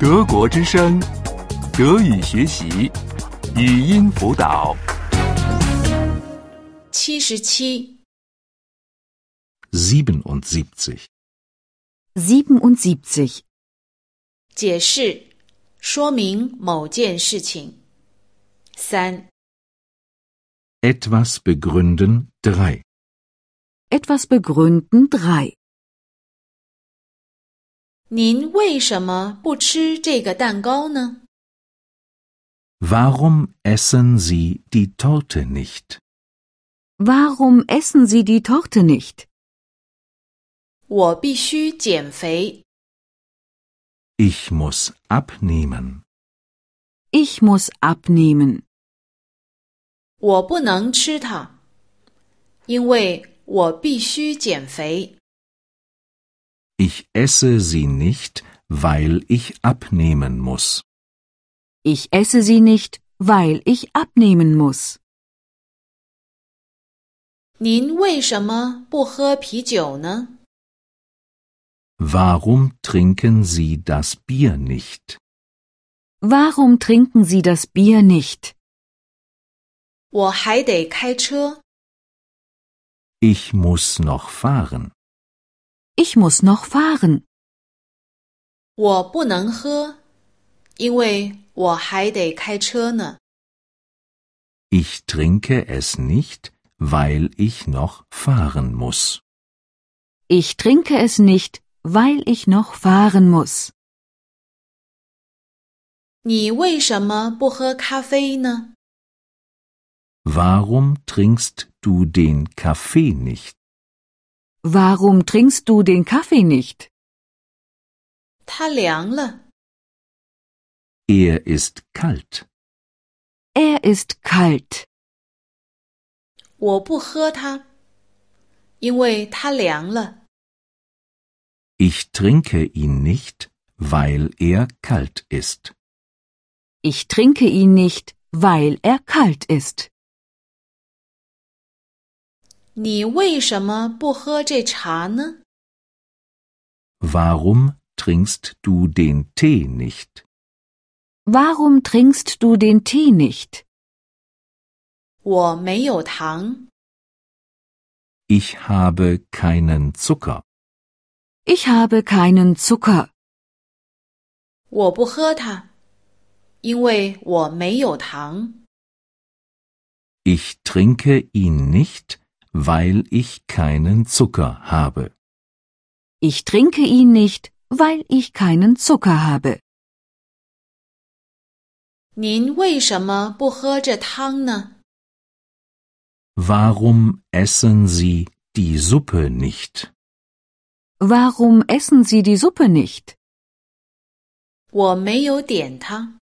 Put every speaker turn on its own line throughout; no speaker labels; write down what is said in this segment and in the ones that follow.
德国之声，德语学习，语音辅导。
七十七，
77.
77.
解释说明某件事情。三，
Etwas begründen 3.
Etwas begründen 3.
您为什么不吃这个蛋糕呢？
Warum essen Sie die Torte nicht?
Warum essen Sie die Torte nicht?
我必须减肥。
Ich muss abnehmen.
Ich muss abnehmen.
我不能吃它，因为我必须减肥。
Ich esse sie nicht, weil ich abnehmen muss.
Ich esse sie nicht, weil ich abnehmen muss.
您为什么不喝啤酒呢？
Warum trinken Sie das Bier nicht?
Warum trinken Sie das Bier nicht?
我还得开车。
Ich muss noch fahren.
Ich muss noch fahren.
我不能喝，因为我还得开车呢。
Ich trinke es nicht, weil ich noch fahren muss.
Ich trinke es nicht, weil ich noch fahren muss.
你为什么不喝咖啡呢？
Warum trinkst du den Kaffee nicht?
Warum trinkst du den Kaffee nicht?
它凉了。
Er ist kalt.
Er ist kalt.
我不喝它，因为它凉了。
Ich trinke ihn nicht, weil er kalt ist.
Ich trinke ihn nicht, weil er kalt ist.
你为什么不喝这茶呢？
Warum trinkst du den Tee nicht?
Warum trinkst du den Tee nicht?
我没有糖，
Ich habe keinen Zucker.
Ich habe keinen Zucker.
我不喝它，因为我没有糖。
Ich trinke ihn nicht, weil ich keinen Zucker habe.
Ich trinke ihn nicht, weil ich keinen Zucker habe.
您为什么不喝这汤呢？
Warum essen Sie die Suppe nicht?
Warum essen Sie die Suppe nicht?
我没有点它，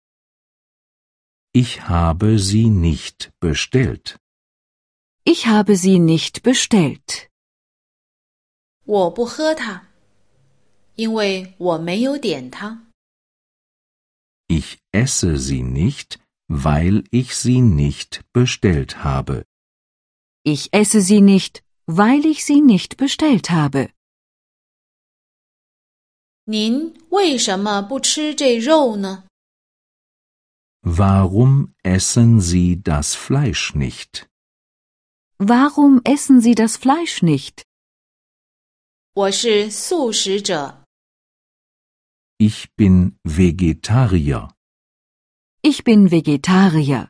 Ich habe sie nicht bestellt.
Ich habe sie nicht bestellt.
我不喝它，因为我没有点它。
Ich esse sie nicht, weil ich sie nicht bestellt habe.
Ich esse sie nicht, weil ich sie nicht bestellt habe.
您为什么不吃这肉呢？
Warum essen Sie das Fleisch nicht?
Warum essen Sie das Fleisch nicht?
我是素食者，
Ich bin Vegetarier.
Ich bin Vegetarier.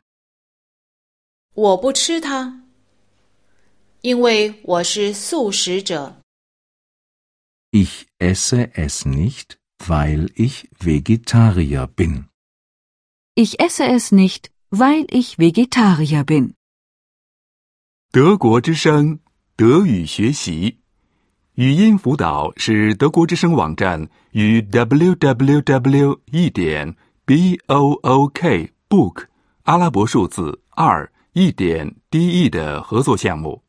我不吃它，因为我是素食者。
Ich esse es nicht, weil ich Vegetarier bin.
Ich esse es nicht, weil ich Vegetarier bin.
德国之声，德语学习，语音辅导是德国之声网站与 www. 一点 b o o k book 阿拉伯数字二一点 d e 的合作项目。